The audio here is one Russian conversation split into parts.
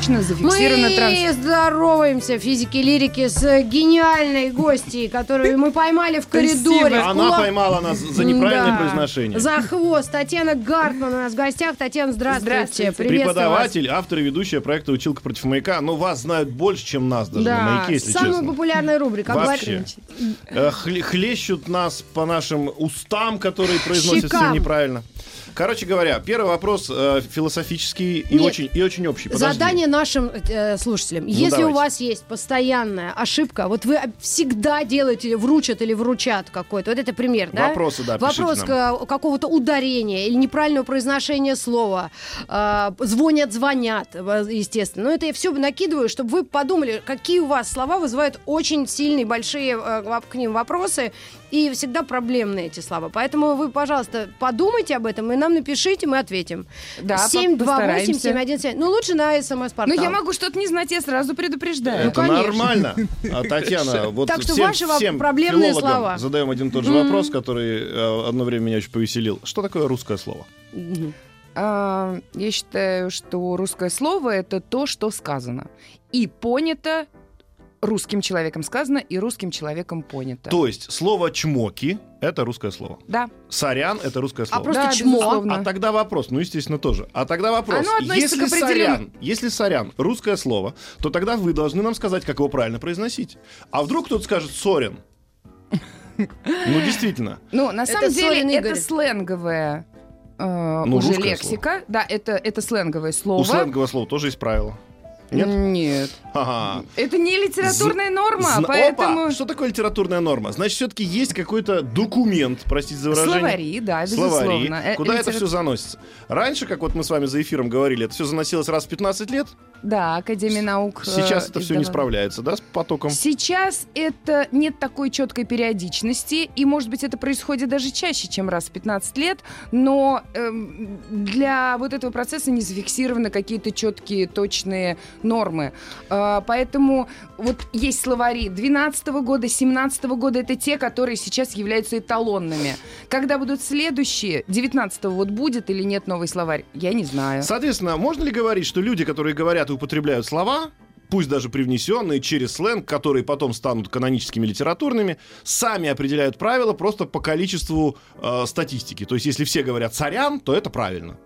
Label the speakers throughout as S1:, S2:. S1: точно зафиксировано
S2: Мы здороваемся, физики лирики, с гениальной гостьей, которую мы поймали в коридоре. в
S3: Она
S2: кулак-
S3: поймала нас за неправильное
S2: Да.
S3: произношение.
S2: За хвост. Татьяна Гартман у нас в гостях. Татьяна, здравствуйте.
S1: Здравствуйте.
S2: Приветствую
S3: Преподаватель, автор и ведущая проекта «Училка против маяка». Но вас знают больше, чем нас
S2: вас.
S3: даже на
S2: Да,
S3: маяке, если
S2: самая
S3: честно.
S2: популярная рубрика.
S3: Вообще. Э, хле- хлещут нас по нашим устам, которые произносят все
S2: Щекам.
S3: неправильно. Короче говоря, первый вопрос э, философический и
S2: Нет.
S3: очень, и очень общий. Подожди. Ну,
S2: Задание нашим э, слушателям. Если у
S3: давайте.
S2: вас есть постоянная ошибка, вот вы всегда делаете, или вручат или вручат какой-то, вот это пример, да?
S3: Вопросы, да, пишите
S2: Вопрос к- э, какого-то ударения или неправильного произношения слова. Э, звонят, звонят, э, естественно. Но это я все накидываю, чтобы вы подумали, какие у вас слова вызывают очень сильные, большие э, воп- к ним вопросы. И всегда проблемные эти слова. Поэтому вы, пожалуйста, подумайте об этом и нам напишите, мы ответим.
S1: Да, по-
S2: 728
S1: постараемся.
S2: 717. Ну, лучше на смс-портал.
S1: Ну, я могу что-то не знать, я сразу предупреждаю.
S2: Ну,
S3: Это
S2: конечно.
S3: нормально. А, Татьяна, вот
S2: Так что
S3: всем,
S2: ваши воп-
S3: всем
S2: проблемные
S3: филологам
S2: слова.
S3: задаем один и тот же вопрос, который э, одно время меня очень повеселил. Что такое русское слово?
S2: Мгм.
S1: А, я считаю, что русское слово — это то, что сказано. И понято русским человеком сказано, и русским человеком понято.
S3: То есть слово «чмоки» — это русское слово.
S1: Да.
S3: Сорян — это русское
S2: А
S3: слово.
S2: просто
S1: Да,
S2: чмо.
S1: безусловно.
S3: А тогда вопрос, ну, естественно, тоже. А тогда вопрос.
S1: Оно относится
S3: если,
S1: к определенным-
S3: сорян, если сорян русское слово, то тогда вы должны нам сказать, как его правильно произносить. А вдруг кто-то скажет «сорен». Ну, действительно.
S1: Ну, на
S2: Это
S1: самом деле,
S2: Сорин Игорь.
S1: это сленговое э,
S3: Ну,
S1: уже
S3: русское
S1: лексика. Да, это, это сленговое слово.
S3: У сленгового слова тоже есть правило. Нет?
S1: Нет.
S3: Ага.
S1: Это не литературная норма,
S3: Зна-
S1: поэтому...
S3: Опа! Что такое литературная норма? Значит, все-таки есть какой-то документ, простите за выражение.
S1: Словари, да,
S3: Словари.
S1: безусловно. Э,
S3: Куда это
S1: литера-
S3: все заносится? Раньше, как вот мы с вами за эфиром говорили, это все заносилось раз в 15 лет.
S1: Да, Академия наук. э,
S3: Сейчас это все не
S1: издавала.
S3: справляется, да, с потоком?
S1: Сейчас это нет такой четкой периодичности, и, может быть, это происходит даже чаще, чем раз в 15 лет, но эм, для вот этого процесса не зафиксированы какие-то четкие, точные нормы. Э, поэтому вот есть словари 12 года, 17 года, это те, которые сейчас являются эталонными. Когда будут следующие, 19 вот будет или нет новый словарь, я не знаю.
S3: Соответственно, можно ли говорить, что люди, которые говорят и употребляют слова, пусть даже привнесенные через сленг, которые потом станут каноническими литературными, сами определяют правила просто по количеству э, статистики. То есть, если все говорят «царян», то это правильно.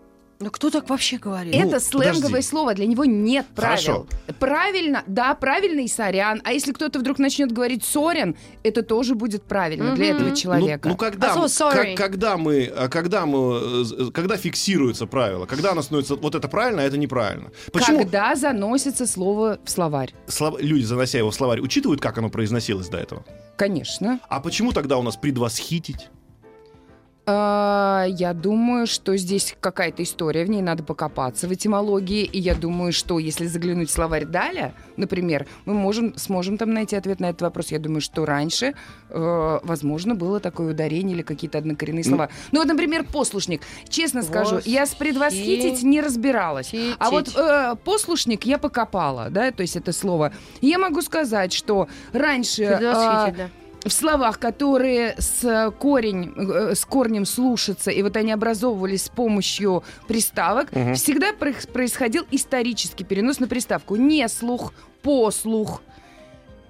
S2: Ну, кто так вообще говорит?
S3: Ну,
S1: Это сленговое
S3: подожди.
S1: слово, для него нет правил.
S3: Хорошо.
S1: Правильно, да, правильно и сорян. А если кто-то вдруг начнет говорить сорян, это тоже будет правильно для
S2: Мгм.
S1: этого человека.
S3: Ну, ну, когда,
S2: А
S3: мы-
S2: so sorry.
S3: как- когда мы, а, когда мы, э, з- когда фиксируется правило, когда оно становится вот это правильно, а это неправильно. Почему
S1: Когда заносится слово в словарь?
S3: слов- люди, занося его в словарь, учитывают, как оно произносилось до этого?
S1: Конечно.
S3: А почему тогда у нас предвосхитить?
S1: А, я думаю, что здесь какая-то история, в ней надо покопаться в этимологии. И я думаю, что если заглянуть в словарь Даля, например, мы можем, сможем там найти ответ на этот вопрос. Я думаю, что раньше, э, возможно, было такое ударение или какие-то однокоренные слова. Ну вот, например, послушник. Честно скажу, я с предвосхитить не разбиралась. А вот э, послушник я покопала, да, то есть это слово. И Я могу сказать, что раньше... э,
S2: Предвосхитить, да.
S1: в словах, которые с э, корень, э, с корнем слушаться, и вот они образовывались с помощью приставок,
S3: Мгм.
S1: всегда проис- происходил исторический перенос на приставку. Не слух, послух.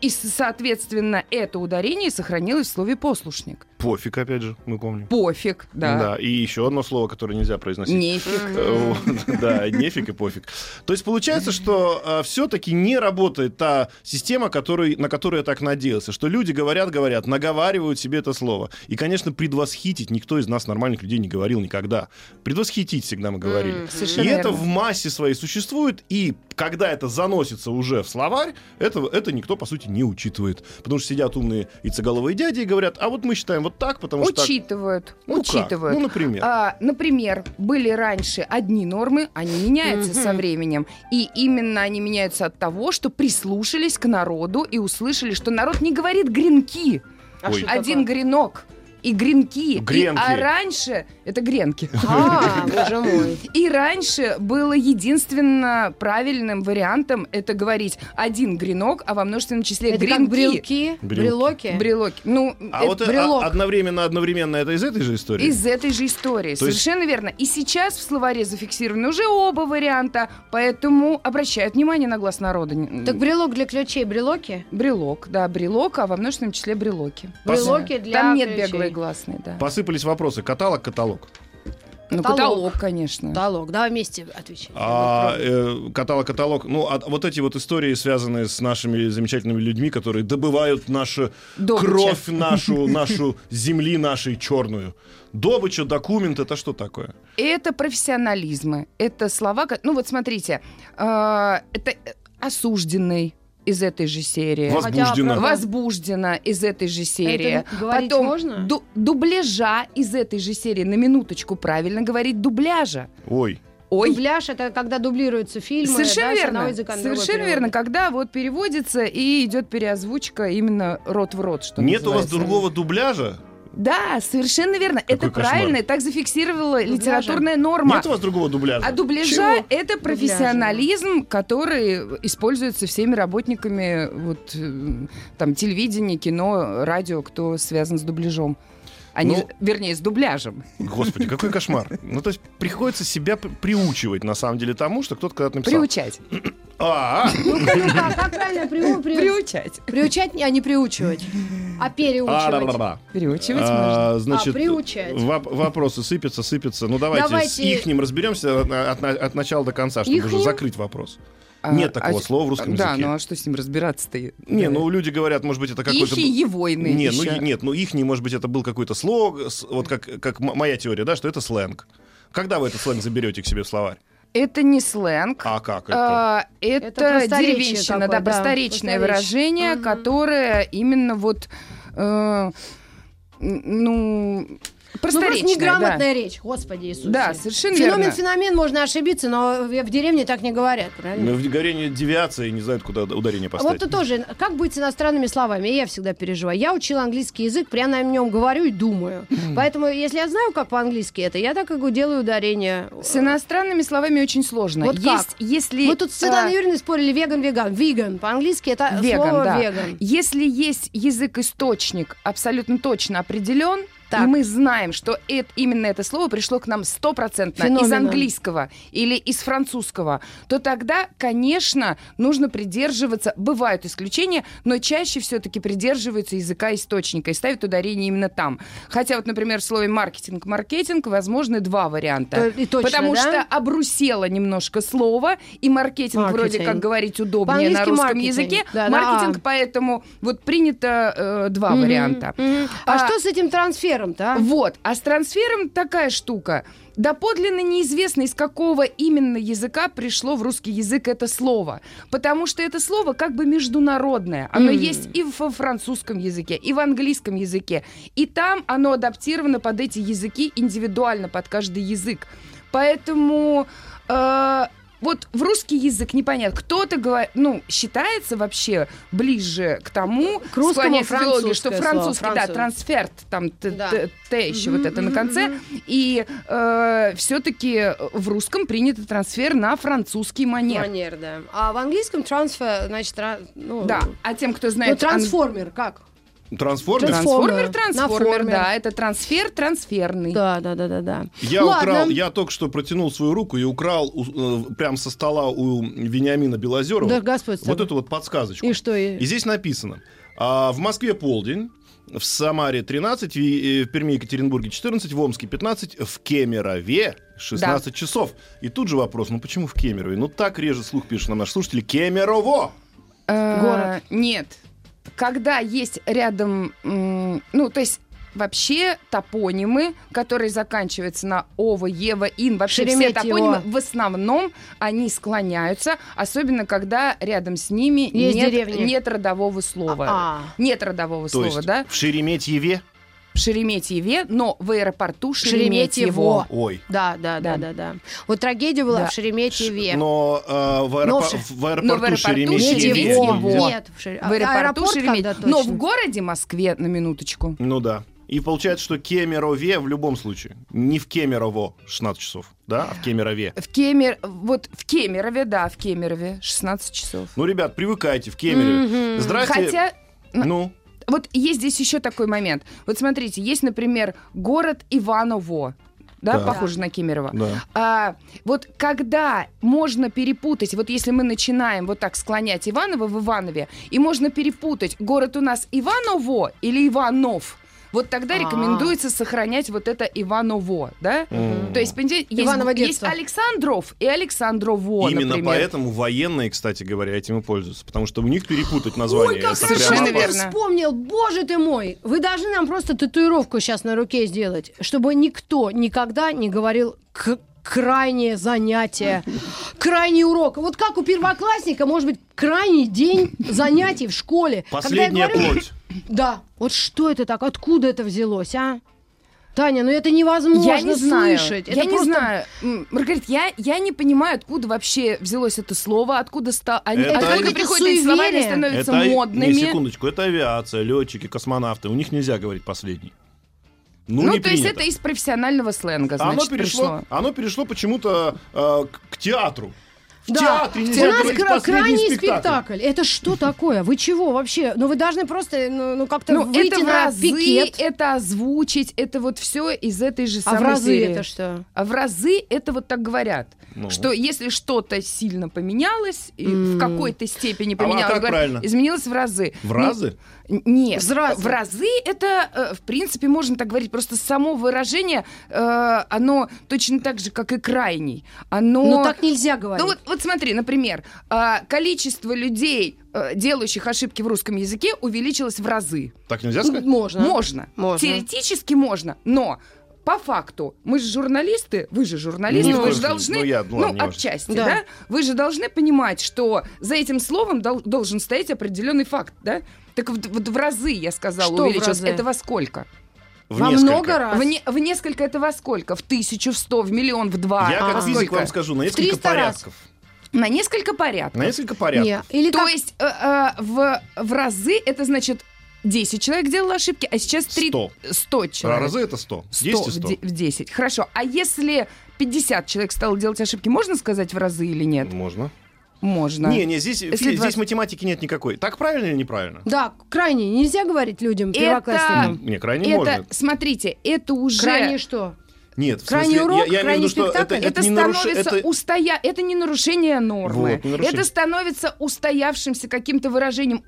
S1: И, с- соответственно, это ударение сохранилось в слове послушник.
S3: Пофиг, опять же, мы помним.
S1: Пофиг, да.
S3: и еще одно слово, которое нельзя произносить.
S1: Нефиг.
S3: Э, вот, Да, нефиг и пофиг. То есть получается, что все-таки не работает та система, которой- на которую я так надеялся, что люди говорят, говорят, наговаривают себе это слово. И, конечно, предвосхитить никто из нас, нормальных людей, не говорил никогда. Предвосхитить всегда мы говорили.
S2: Мгм.
S1: Совершенно
S3: И это
S1: верно.
S3: в массе своей существует, и когда это заносится уже в словарь, это, это никто, по сути, не учитывает. Потому что сидят умные яйцеголовые дяди и говорят, а вот мы считаем вот так, потому что... так».
S1: Учитывают.
S3: Ну как?
S1: Учитывают.
S3: Ну, например.
S1: А, например, были раньше одни нормы, они меняются
S2: Мгм.
S1: со временем. И именно они меняются от того, что
S3: А
S1: прислушались к народу и услышали, что народ не говорит гренки,
S3: Ой.
S1: один гренок. и гренки. И-
S3: Гренки.
S1: а раньше... Это гренки.
S2: А, боже мой.
S1: И раньше было единственно правильным вариантом это говорить один гренок, а во множественном числе
S2: Это как
S1: гренки.
S2: брелки,
S3: Брелки.
S2: брелоки.
S1: Брелоки. Ну,
S3: А
S1: это
S3: вот э,
S2: брелок.
S3: а- одновременно одновременно это из этой же истории?
S1: Из этой же истории.
S3: То есть-
S1: Совершенно верно. И сейчас в словаре зафиксированы уже оба варианта, поэтому обращают внимание на глаз народа. Н-
S2: Так брелок для ключей, брелоки?
S1: брелок, да, брелок, а во множественном числе брелоки.
S3: Пос-
S2: Брелоки для
S1: Там нет
S2: ключей.
S1: беглой гласной, да.
S3: Посыпались вопросы. Каталог, каталог.
S1: Ну,
S2: Потолок.
S1: потолок, конечно.
S2: Потолок. Давай вместе отвечаем.
S1: Ну,
S3: А, э, каталог, каталог. Ну, а вот эти вот истории, связанные с нашими замечательными людьми, которые добывают нашу
S1: Добыча.
S3: кровь, нашу, нашу земли нашей черную. Добыча, документ, это что такое?
S1: Это профессионализмы. Это слова... ко- Ну вот смотрите, э, это э, осужденный из этой же серии.
S3: Вас- возбуждена.
S2: правда,
S1: Возбуждена из этой же серии.
S2: Это говорить
S1: Потом
S2: можно?
S1: ду- дубляжа из этой же серии. На минуточку правильно говорить дубляжа.
S3: Ой.
S1: Ой,
S2: Дубляж это когда дублируются фильмы.
S1: совершенно
S2: да, с
S1: верно.
S2: одного языка на другой
S1: Совершенно
S2: переводят.
S1: верно, когда вот переводится и идет переозвучка именно рот в рот, что
S3: Нет у вас
S1: называется.
S3: другого дубляжа?
S1: Да, совершенно верно.
S3: Какой
S1: это
S3: кошмар.
S1: правильно, и так зафиксировала
S2: Дубляжа.
S1: литературная норма.
S3: Нет у вас другого дубляжа?
S1: А дубляжа
S3: Чего?
S1: это профессионализм, который используется всеми работниками вот э, там телевидения, кино, радио, кто связан с дубляжом. Они,
S3: Ну-
S1: вернее, с дубляжем.
S3: Господи, какой кошмар. Ну, то есть приходится себя при- приучивать, на самом деле, тому, что кто-то когда-то написал.
S1: Приучать.
S3: А,
S2: Ну, ну, как, как правильно приу- приу-
S1: Приучать.
S2: приучать, а не приучивать, а переучивать.
S3: а, ра-ра-ра.
S1: Приучивать можно.
S3: А, Значит,
S2: А, приучать.
S3: воп- вопросы сыпятся, сыпятся. Ну давайте, с
S2: Давайте.
S3: их ним разберемся от, от- от начала до конца, чтобы
S2: Ихним?
S3: уже закрыть вопрос.
S1: А,
S3: Нет такого
S1: а-
S3: слова в русском
S1: Да,
S3: языке.
S1: ну а что с ним разбираться-то?
S3: Не, ну люди говорят, может быть, это какой-то.
S1: Их и его иные
S3: Не, ну,
S1: ещё.
S3: и- нет, ну их не, может быть, это был какой-то слог, с- вот как, как м- моя теория, да, что это сленг. Когда вы этот сленг заберете к себе в словарь?
S1: Это не сленг.
S3: А как это?
S1: А, Это,
S2: Это просторечие
S1: деревенщина,
S2: такое,
S1: да,
S2: да,
S1: просторечное
S2: просторечие.
S1: выражение,
S2: Мгм.
S1: которое именно вот, э, м, ну,
S2: Ну,
S1: просторечное.
S2: просто неграмотная речь, господи Иисусе.
S1: Да, Да, совершенно
S2: Феномен
S1: верно.
S2: феномен, можно ошибиться, но в в деревне так не говорят,
S3: Ну,
S2: правильно? А
S3: в говорении девиация и не знают, куда ударение
S2: вот
S3: поставить.
S2: тут тоже, как быть с иностранными словами, я всегда переживаю. Я учила английский язык, прямо на нем говорю и думаю. Поэтому, если я знаю, как по-английски это, я так и гу- делаю ударение.
S1: С иностранными словами очень сложно.
S2: Вот как?
S1: Есть, если... а,
S2: Мы тут с Светланой Юрьевной спорили веган-веган. Веган. По-английски это
S1: Веган,
S2: слово
S1: да.
S2: веган.
S1: Если есть язык-источник абсолютно точно определен,
S2: Так.
S1: и мы знаем, что эт- именно это слово пришло к нам стопроцентно из
S2: Феноменом.
S1: английского или из французского, то тогда, конечно, нужно придерживаться, бывают исключения, но чаще все-таки придерживаются языка источника и ставят ударение именно там. Хотя вот, например, в слове маркетинг-маркетинг возможны два варианта.
S2: То- и точно,
S1: потому
S2: да?
S1: что обрусело немножко слово, и маркетинг, вроде как
S2: Маркетинг.
S1: говорить удобнее на
S2: По-английски
S1: русском
S2: маркетинг.
S1: языке.
S2: Да, да,
S1: маркетинг,
S2: а.
S1: поэтому вот принято э, два
S2: Мгм,
S1: варианта.
S2: мгм. А,
S1: А-
S2: что с этим трансфером-то? а?
S1: Вот, а с трансфером такая штука. Доподлинно неизвестно, из какого именно языка пришло в русский язык это слово. Потому что это слово как бы международное. Оно
S2: М.
S1: есть и во французском языке, и в английском языке. И там оно адаптировано под эти языки индивидуально, под каждый язык. Поэтому э, вот в русский язык непонятно. Кто-то говорит, ну, считается вообще ближе к тому,
S2: К русскому
S1: склоняется к идеологии, что
S2: французское слово,
S1: французский, да,
S2: француз.
S1: трансферт, там, т,
S2: Да.
S1: т- т еще вот
S2: Мгм,
S1: это на
S2: мгм,
S1: конце.
S2: мгм.
S1: И все-таки в русском принят трансфер на французский манер.
S2: Манер, да. А в английском трансфер, значит, тра- ну,
S1: Да, а тем, кто
S2: ну,
S1: знает...
S2: трансформер как?
S3: Трансформер?
S1: ан- Трансформер,
S2: трансформер,
S1: трансформер,
S2: наформер.
S1: да, это трансфер трансферный.
S2: Да, да, да, да, да.
S3: Я
S2: Ладно.
S3: украл, я только что протянул свою руку и украл у- э, прям со стола у Вениамина Белозерова
S2: Да, Господь с
S3: вот
S2: тобой.
S3: эту вот подсказочку.
S2: И что? И...
S3: И здесь написано, а, в Москве полдень, в Самаре 13, в, Е- э, в Перми и Екатеринбурге 14, в Омске 15, в Кемерове 16 часов. И тут же вопрос, ну почему в Кемерове? Ну так реже слух пишет нам наш слушатель. Кемерово!
S1: Э,
S2: Город.
S1: Нет. Когда есть рядом, м, ну, то есть вообще топонимы, которые заканчиваются на ово, ево, ин, вообще все
S2: Шереметьево.
S1: топонимы, в основном они склоняются, особенно когда рядом с ними
S2: Есть
S1: нет,
S2: деревни.
S1: нет родового слова.
S2: А,
S1: Нет родового
S3: То
S1: слова,
S3: есть
S1: да?
S3: в Шереметьеве?
S1: В Шереметьеве, но в аэропорту
S2: Шереметьево.
S1: Шереметьево.
S3: Ой.
S2: Да, да, да, да, да. Вот трагедия была
S1: Да.
S2: в Шереметьеве.
S3: Но, э, в, аэропо-
S2: Но в Ше-
S3: в аэропорту
S1: но в аэропорту
S3: Шереметьеве
S1: Шереметьево.
S3: нельзя.
S1: А,
S2: Нет, в, Шере-
S1: В аэропорту
S2: аэропорт когда
S1: Шереметьево. Но в
S2: точно?
S1: городе Москве, на минуточку,
S3: Ну да. И получается, что Кемерове в любом случае. Не в Кемерово 16 часов, да, а в Кемерове.
S1: В Кемер... Вот в Кемерове, да, в Кемерове 16 часов.
S3: Ну, ребят, привыкайте в Кемерове.
S2: Мгм.
S3: Здрасте.
S1: Хотя,
S3: Ну,
S1: вот есть здесь еще такой момент. Вот смотрите, есть, например, город Иваново. Да,
S3: Да.
S1: похоже на Кемерово.
S3: да.
S1: А, вот когда можно перепутать, вот если мы начинаем вот так склонять Иванова в Иванове, и можно перепутать, город у нас Иваново или Иванов, вот тогда
S2: А.
S1: рекомендуется сохранять вот это Иваново, да?
S3: М.
S1: То есть, понимаете, есть,
S2: Иваново
S1: есть
S2: детство.
S1: Александров и Александрово,
S3: Именно
S1: например.
S3: поэтому военные, кстати говоря, этим и пользуются, потому что у них перепутать
S2: Ой,
S3: название.
S2: как
S1: хорошо.
S3: Это прям
S2: совершенно
S1: Совершенно
S3: опасно.
S1: верно.
S2: вспомнил. Боже ты мой. Вы должны нам просто татуировку сейчас на руке сделать, чтобы никто никогда не говорил «к- крайнее занятие, крайний урок. Вот как у первоклассника может быть крайний день занятий в школе. Когда я
S3: Последняя
S2: говорю-
S3: плоть.
S2: Да. Вот что это так? Откуда это взялось, а? Таня, ну это невозможно
S1: Я не знаю.
S2: слышать.
S1: Я
S2: это
S1: не
S2: просто...
S1: знаю. М, Маргарита, я, я не понимаю, откуда вообще взялось это слово, откуда стало... Они,
S3: Это-
S1: откуда
S3: Откуда-то
S1: приходят эти слова, они
S2: суеверие.
S1: становятся
S3: Это,
S1: модными.
S3: Не, секундочку, это авиация, летчики, космонавты. У них нельзя говорить последний. Ну,
S1: Ну,
S3: не
S1: то есть
S3: принято. А
S1: это из профессионального сленга, значит,
S3: оно перешло,
S1: пришло.
S3: оно перешло почему-то э, к, к театру. В
S2: Да.
S3: театре
S2: У
S3: нельзя
S2: нас
S3: говорить
S2: кра-
S3: последний
S2: крайний
S3: спектакль.
S2: спектакль. Это что такое? Вы чего вообще? Ну вы должны просто ну, ну, как-то
S1: Ну,
S2: выйти
S1: это в
S2: на
S1: разы,
S2: пикет.
S1: это озвучить, это вот все из этой же
S2: А
S1: самой
S2: в разы
S1: серии.
S2: это что?
S1: А в разы это вот так говорят,
S3: Ну.
S1: что если что-то сильно поменялось, и
S2: М.
S1: в какой-то степени
S3: А как
S1: поменялось, говорят,
S3: правильно?
S1: изменилось в разы.
S3: В разы?
S1: Н- Нет,
S2: В разы.
S1: в разы это, э, в принципе, можно так говорить, просто само выражение, э, оно точно так же, как и крайний. Оно...
S2: Ну так нельзя говорить.
S1: Ну вот, вот смотри, например, а, количество людей, э, делающих ошибки в русском языке, увеличилось в разы.
S3: Так нельзя сказать?
S2: Ну, Можно.
S1: Можно.
S2: Можно.
S1: Теоретически можно, но по факту, мы же журналисты, вы же журналисты,
S3: Ни в
S1: вы
S3: коем
S1: же
S3: случае.
S1: должны,
S3: Ну, я- ну, ладно, не важно.
S1: отчасти,
S2: Да.
S1: да. вы же должны понимать, что за этим словом дол- должен стоять определенный факт, да? Так вот, вот в разы, я сказала,
S2: Что в
S1: увеличилось.
S2: разы? А.
S1: Это во сколько?
S3: В
S2: Во
S3: несколько.
S2: много раз.
S1: В, не- в несколько это во сколько? В тысячу, в сто, в миллион, в два?
S3: Я
S1: Во
S3: как физик
S1: А, сколько?
S3: вам скажу, на несколько
S2: 300 раз.
S3: порядков.
S1: На несколько порядков.
S3: На несколько
S2: Не, а
S3: порядков.
S2: Или
S1: То
S2: как...
S1: есть э, э, в, в разы это значит 10 человек делало ошибки, а сейчас 3...
S3: Сто.
S1: 100
S3: А
S1: человек.
S3: разы это 100.
S1: 100
S3: 10 и
S1: в
S3: 100.
S1: де- в 10. Хорошо. А если 50 человек стало делать ошибки, можно сказать в разы или нет?
S3: Можно.
S1: Можно.
S3: Не, не, здесь,
S1: Если
S3: здесь
S1: 20.
S3: математики нет никакой. Так правильно или неправильно?
S2: Да, крайне нельзя говорить людям,
S1: Это-
S2: первоклассникам.
S3: Мне крайне
S1: это,
S3: можно.
S1: смотрите, это уже...
S2: Крайне что?
S3: Нет, в
S2: крайний
S3: смысле,
S2: урок,
S3: я, я имею в
S2: крайний
S3: виду, что это,
S2: спектакль,
S3: это
S1: Это
S3: не наруш-
S1: становится
S3: это-
S1: устоя... это не нарушение нормы.
S3: Вот, не нарушение.
S1: Это становится устоявшимся каким-то выражением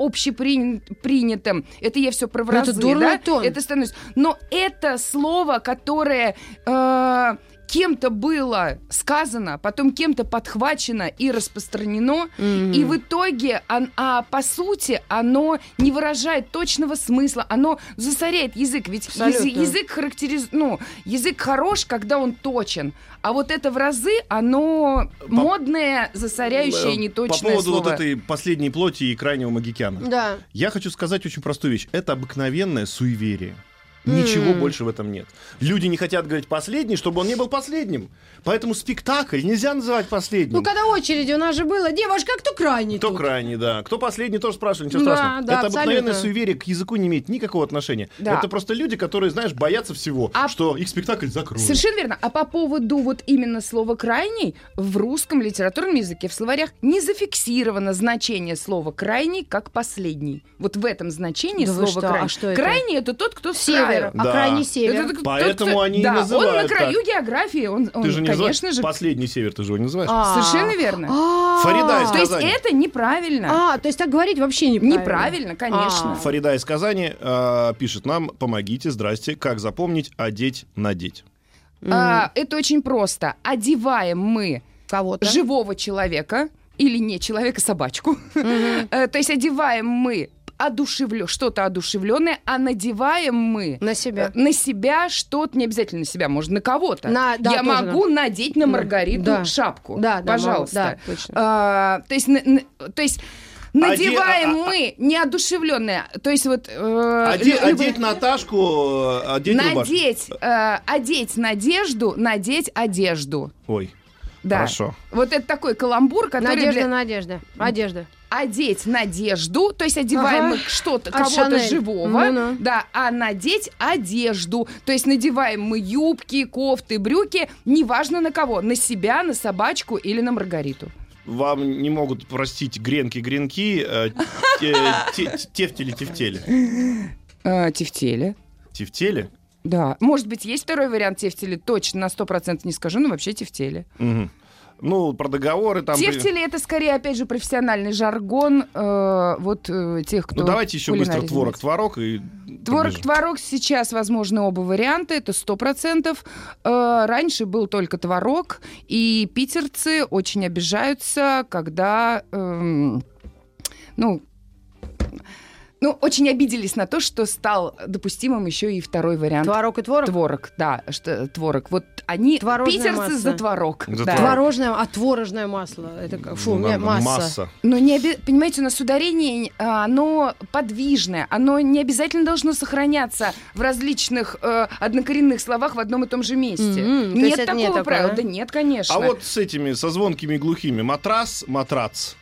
S1: общепринятым. Это я все про
S2: Но это
S1: вразы,
S2: дурной
S1: да?
S2: тон.
S1: Это становится. Но это слово, которое э, кем-то было сказано, потом кем-то подхвачено и распространено, и в итоге, он- а по сути, оно не выражает точного смысла, оно засоряет язык. Ведь яз-
S2: Абсолютно.
S1: язык характериз... ну, язык хорош, когда он точен. А вот это в разы, оно модное, засоряющее,
S3: Э,
S1: неточное
S3: По поводу
S1: слово.
S3: вот этой последней плоти и крайнего магикяна.
S2: Да.
S3: Я хочу сказать очень простую вещь. Это обыкновенное суеверие.
S2: М.
S3: Ничего больше в этом нет. Люди не хотят говорить последний, чтобы он не был последним. Поэтому спектакль нельзя называть последним.
S2: Ну, когда очереди у нас же было, девушка, а кто крайний
S3: Кто
S2: тут?
S3: крайний, да. Кто последний, тоже спрашивали, ничего
S2: Да,
S3: страшного.
S2: да,
S3: это обыкновенное
S2: абсолютно.
S3: суеверие к языку не имеет никакого отношения.
S1: Да.
S3: Это просто люди, которые, знаешь, боятся всего,
S1: А-
S3: что их спектакль закроют.
S1: Совершенно верно. А по поводу вот именно слова «крайний» в русском литературном языке, в словарях, не зафиксировано значение слова «крайний» как «последний». Вот в этом значении
S2: Да вы
S1: слово
S2: что, а
S1: крайний.
S2: что это?
S1: крайний — это тот, кто с
S2: Север,
S1: краю.
S2: а
S3: Да.
S2: крайний
S1: Это
S2: север.
S1: тот, кто-
S3: Поэтому
S1: тот, кто-
S3: они и
S1: да, он на
S3: называют
S1: краю географии, он, он,
S3: Ты же не
S1: конечно
S3: называешь
S1: же,
S3: последний север, ты же его не называешь.
S2: А.
S1: совершенно верно.
S2: А.
S3: Фарида из
S1: То есть
S3: Казани.
S1: это неправильно.
S2: А, то есть так говорить вообще неправильно.
S1: Неправильно, конечно.
S2: А.
S3: Фарида из Казани э, пишет нам, помогите, здрасте, как запомнить, одеть, надеть.
S2: М.
S1: А, это очень просто. Одеваем мы
S2: Кого-то.
S1: живого человека или не человека собачку.
S2: Мгм.
S1: Э, То есть одеваем мы одушевлё- что-то одушевленное, а надеваем мы
S2: На
S1: э,
S2: себя.
S1: на себя что-то, не обязательно на себя, можно на кого-то.
S2: На- да,
S1: Я
S2: тоже
S1: могу надеть на
S2: Да.
S1: Маргариту
S2: Да.
S1: шапку.
S2: Да, да,
S1: пожалуйста.
S2: да, точно.
S1: А, то есть, на- на- то есть надеваем
S3: а- а-
S1: мы неодушевленное, то есть вот э,
S3: Оде-
S1: лю-
S3: Одеть Наташку, э, одеть рубашку.
S1: надеть, э, одеть надежду, надеть одежду.
S3: Ой,
S1: Да.
S3: хорошо.
S1: Вот это такой каламбур, который
S2: Надежда,
S1: для-
S2: Надежда. Одежда.
S1: одеть надежду, то есть одеваем
S2: Ага.
S1: мы что-то,
S2: От
S1: кого-то
S2: Шанель.
S1: живого,
S2: Ну-ну.
S1: да, а надеть одежду, то есть надеваем мы юбки, кофты, брюки, неважно на кого, на себя, на собачку или на Маргариту.
S3: Вам не могут простить гренки-гренки, э, те- те- тефтели-тефтели.
S1: Э,
S2: А,
S1: Тефтели.
S3: Тефтели?
S1: Да. Может быть, есть второй вариант тефтели? Точно, на 100% не скажу, но вообще тефтели.
S3: Мгм. Ну, про договоры там... при-
S1: тефтели — это скорее, опять же, профессиональный жаргон э, вот э, тех, кто
S3: Ну, давайте еще быстро
S1: кулинарий занимается.
S3: творог-творог и...
S1: Творог,
S3: побежим.
S1: творог сейчас, возможно, оба варианта, это 100%. Э, раньше был только творог, и питерцы очень обижаются, когда, эм, ну, ну, очень обиделись на то, что стал допустимым еще и второй вариант.
S2: Творог и творог?
S1: Творог, да, что, творог. Вот они,
S2: Творожная
S1: питерцы
S2: масса.
S1: за творог.
S3: За
S1: да.
S3: творог.
S2: Творожное, а творожное масло. Это как- фу, у
S3: Ну,
S2: меня
S3: нам-
S2: масса.
S3: масса.
S1: Но ну, не оби- понимаете, у нас ударение, а, оно подвижное, оно не обязательно должно сохраняться в различных э, однокоренных словах в одном и том же месте.
S2: Мгм, то
S1: Нет
S2: есть это
S1: такого
S2: не такое,
S1: правила,
S2: а?
S1: да нет, конечно.
S3: А вот с этими, со звонкими и глухими. Матрас, матрац.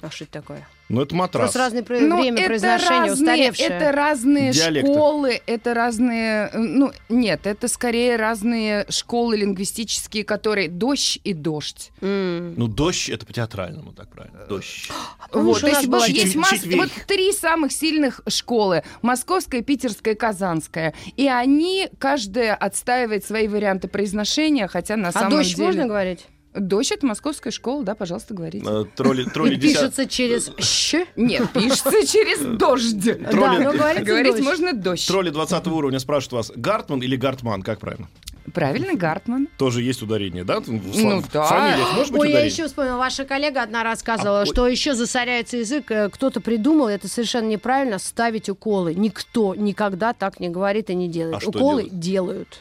S2: А что это такое?
S3: Ну, это матрас.
S2: Просто разное про-
S1: Но
S2: время
S1: это
S2: произношения,
S1: разные,
S2: устаревшее.
S1: Это разные
S3: Диалекты.
S1: школы, это разные, э, ну нет, это скорее разные школы лингвистические, которые дождь и дождь.
S2: М. А
S3: Ну, дождь, это по-театральному так
S2: Э,
S3: правильно. Дождь.
S2: Помнишь,
S1: Вот,
S2: у
S1: то есть
S2: нас
S1: был-
S2: была
S1: есть
S3: Чет-
S1: масс-
S3: четверг.
S1: вот три самых сильных школы. Московская, Питерская, Казанская. И они, каждая отстаивает свои варианты произношения, хотя на
S2: А
S1: самом
S2: дождь
S1: деле...
S2: можно говорить?
S1: Дождь — это московская школа, да, пожалуйста, говорите.
S3: Э, Тролли, тролли
S2: И
S3: десят...
S2: пишется через «щ».
S1: Нет, пишется через дождь.
S2: Да, но говорится
S1: Говорить
S2: дождь.
S1: можно дождь.
S3: Тролли 20 уровня спрашивают вас, Гартман или Гартман, как правильно?
S1: Правильно, Гартман.
S3: Тоже есть ударение, да? В
S1: Ну да.
S3: фамилиях может быть
S2: Ой, я
S3: ударение?
S2: еще вспомнила, ваша коллега одна рассказывала,
S3: А, ой.
S2: что еще засоряется язык, э, кто-то придумал, это совершенно неправильно, ставить уколы. Никто никогда так не говорит и не делает.
S3: А что
S2: уколы
S3: делают?
S2: делают.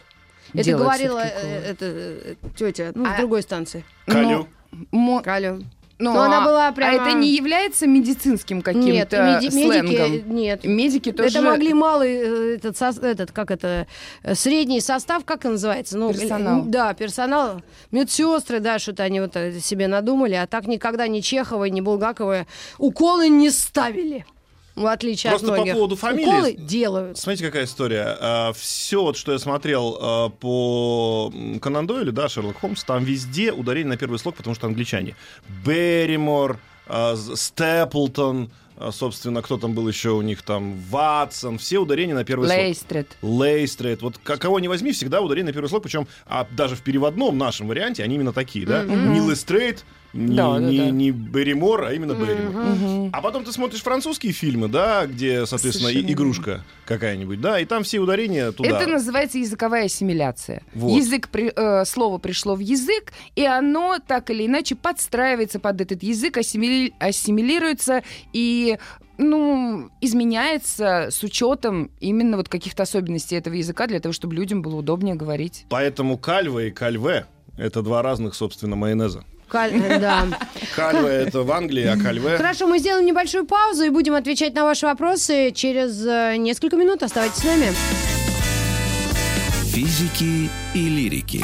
S2: это
S1: Делают
S2: говорила
S1: всё-таки уколы.
S2: э, это, э, тетя ну,
S1: А-
S2: с другой станции. Ну,
S3: Калю.
S1: Мо-
S2: Калю.
S1: ну,
S2: Но она
S1: а-
S2: была
S1: а
S2: прямо-
S1: это не является медицинским
S2: Нет,
S1: каким-то
S2: меди-
S1: сленгом?
S2: медики, э, нет.
S1: Медики тоже...
S2: Это могли малый, э, этот, сос- этот, как это, э, средний состав, как он называется? Ну,
S1: Персонал.
S2: э, Да, персонал. Медсестры, да, что-то они вот э, себе надумали, а так никогда ни Чехова, ни Булгакова уколы не ставили. В отличие
S3: Просто
S2: от
S3: по
S2: многих.
S3: поводу фамилии-
S2: Уколы делают.
S3: Смотрите, какая история. Все, вот, что я смотрел а, по м, Конан Дойлю, да, Шерлок Холмс, там везде ударение на первый слог, потому что англичане. Берримор, а, З- Степлтон, а, собственно, кто там был еще у них там, Ватсон, все ударения на первый слог.
S1: Лейстрид.
S3: Лейстрейд. Вот к- кого не возьми, всегда ударение на первый слог, причем а даже в переводном нашем варианте они именно такие, да?
S2: Мгм.
S3: Не Лейстрейд, не,
S1: Да, да,
S3: не-
S1: да.
S3: не Берримор, а именно Берримор.
S2: Мгм.
S1: Мгм.
S3: А потом ты смотришь французские фильмы, да, где, соответственно, и-
S1: Совершенно
S3: игрушка какая-нибудь, да, и там все ударения туда.
S1: Это называется языковая ассимиляция.
S3: Вот.
S1: Язык при- э, слово пришло в язык, и оно так или иначе подстраивается под этот язык, ассимили- ассимилируется и ну, изменяется с учетом именно вот каких-то особенностей этого языка для того, чтобы людям было удобнее говорить.
S3: Поэтому кальва и кальве — это два разных, собственно, майонеза.
S2: Каль- э, да.
S3: Кальве — это в Англии, а кальве...
S2: Хорошо, мы сделаем небольшую паузу и будем отвечать на ваши вопросы через э, несколько минут. Оставайтесь с нами.
S4: Физики и лирики.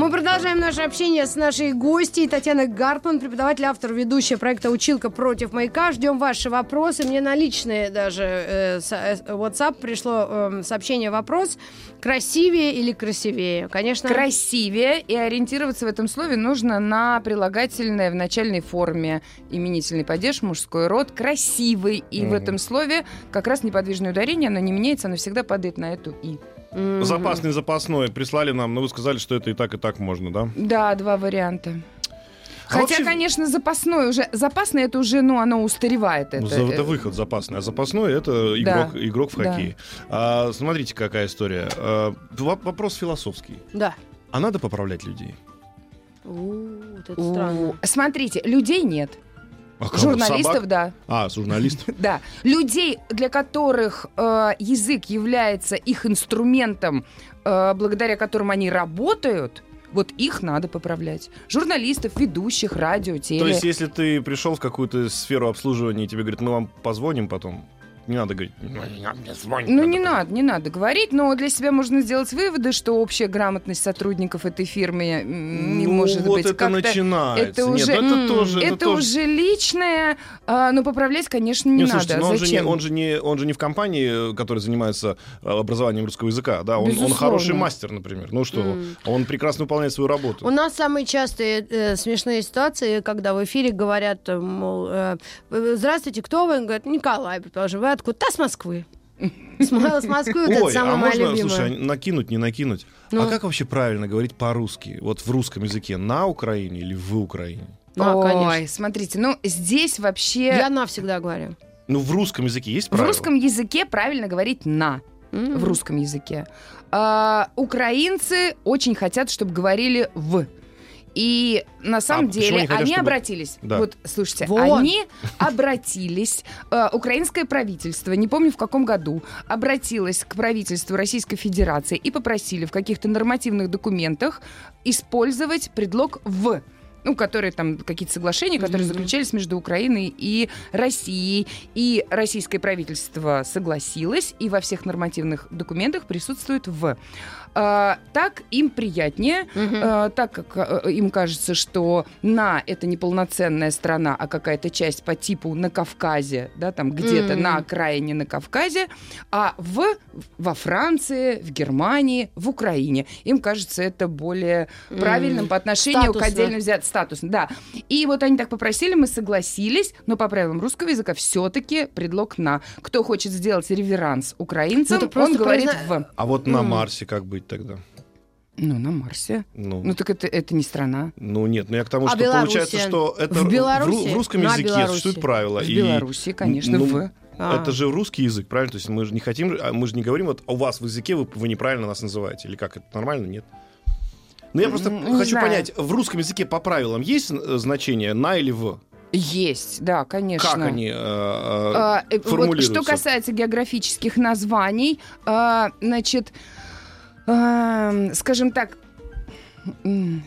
S2: Мы продолжаем наше общение с нашей гостьей Татьяной Гартман, преподаватель, автор, ведущая проекта «Училка против маяка». Ждем ваши вопросы. Мне на личные даже э, со- э, WhatsApp пришло эм, сообщение вопрос «Красивее или красивее?» Конечно,
S1: Красивее, и ориентироваться в этом слове нужно на прилагательное в начальной форме именительный падеж, мужской род, красивый. И в
S3: Мгм.
S1: этом слове как раз неподвижное ударение, оно не меняется, оно всегда падает на эту «и».
S2: Мгм.
S3: Запасный запасной прислали нам, но вы сказали, что это и так, и так можно, да?
S1: Да, два варианта.
S3: А
S1: Хотя,
S3: вообще-
S1: конечно, запасной уже. Запасный это уже, ну, оно устаревает. Это,
S3: Ну, за- это
S1: э,
S3: выход запасный, а запасной это
S1: Да.
S3: игрок, игрок в
S1: Да.
S3: хоккее. А, смотрите, какая история. А, воп- вопрос философский.
S2: Да.
S3: А надо поправлять людей?
S2: У, вот это
S1: у-
S2: странно.
S1: Смотрите, людей нет.
S3: А кого?
S1: Журналистов,
S3: Собак?
S1: да.
S3: А, журналистов.
S1: Да. Людей, для которых э, язык является их инструментом, э, благодаря которому они работают, вот их надо поправлять. Журналистов, ведущих, радио, теле.
S3: То есть, если ты пришел в какую-то сферу обслуживания, и тебе говорят, мы вам позвоним потом, не надо говорить.
S1: Ну, не надо, не надо говорить, но для себя можно сделать выводы, что общая грамотность сотрудников этой фирмы м, не
S3: Ну,
S1: может
S3: вот
S1: быть
S3: это
S1: как-то-
S3: начинается.
S1: Это
S3: Нет, ну
S1: уже,
S3: это
S1: м,
S3: тоже...
S1: это
S3: тоже-
S1: уже личное, а, но поправлять, конечно, не
S3: Не,
S1: надо.
S3: слушайте, но он же, не,
S1: Зачем?
S3: он, же не, он же не в компании, э, которая занимается э, образованием русского языка, да, он, он
S1: Безусловно.
S3: хороший мастер, например. Ну что,
S2: М.
S3: он прекрасно выполняет свою работу.
S2: У нас самые частые э, смешные ситуации, когда в эфире говорят, э, мол, э, здравствуйте, кто вы? Он говорит, Николай, предположим, вы откуда? Да, с Москвы. С Мо- с Москвы, вот это
S3: Ой,
S2: самая
S3: а
S2: моя
S3: можно,
S2: любимая.
S3: слушай, а накинуть, не накинуть?
S2: Ну.
S3: А как вообще правильно говорить по-русски? Вот в русском языке на Украине или в Украине?
S2: А,
S1: Ну, Ой,
S2: конечно.
S1: смотрите, ну здесь вообще
S2: Я навсегда говорю.
S3: Ну, в русском языке есть
S1: в
S3: правила?
S1: русском языке правильно говорить на в русском языке. А, украинцы очень хотят, чтобы говорили в. И на самом
S3: А почему
S1: деле
S3: они
S1: они,
S3: хотят, чтобы-
S1: обратились.
S3: Да.
S1: Вот, слушайте,
S2: Вон.
S1: они обратились. э, украинское правительство, не помню в каком году, обратилось к правительству Российской Федерации и попросили в каких-то нормативных документах использовать предлог в. Ну, которые там какие-то соглашения, которые
S2: Мгм.
S1: заключались между Украиной и Россией. И российское правительство согласилось, и во всех нормативных документах присутствует в. А, так им приятнее,
S2: Мгм.
S1: э, так как э, им кажется, что на это не полноценная страна, а какая-то часть по типу на Кавказе, да, там где-то
S2: Мгм.
S1: на окраине на Кавказе, а в во Франции, в Германии, в Украине им кажется это более
S2: Мгм.
S1: правильным по отношению
S2: Статусно.
S1: к отдельно взят статус. Да. И вот они так попросили, мы согласились, но по правилам русского языка все-таки предлог на. Кто хочет сделать реверанс
S2: Ну,
S1: украинцам,
S2: так просто
S1: он говорит
S2: произно-
S1: в.
S3: А вот на
S2: М.
S3: Марсе как быть тогда?
S1: Ну, на Марсе.
S3: Ну,
S1: Ну так это, это не страна.
S3: ну, нет, ну я к тому,
S2: А
S3: что получается,
S2: Белоруссия?
S3: что это
S2: В
S3: ру- ру-
S2: Белоруссии?
S3: в русском
S2: На
S3: языке
S2: Беларуси.
S3: существуют правила.
S1: В
S3: и
S1: Белоруссии, конечно,
S3: ну,
S1: в.
S2: А.
S3: Это же русский язык, правильно? То есть мы же не хотим, а мы же не говорим, вот «А у вас в языке вы, вы неправильно нас называете. Или как, это нормально, нет? Ну, я просто
S1: М, не
S3: хочу
S1: знаю.
S3: понять, в русском языке по правилам есть э, значение «на» или «в»?
S1: Есть, да, конечно.
S3: Как они э, э,
S1: А, э, вот
S3: формулируются?
S1: что касается географических названий, а, значит, эм, скажем так, м,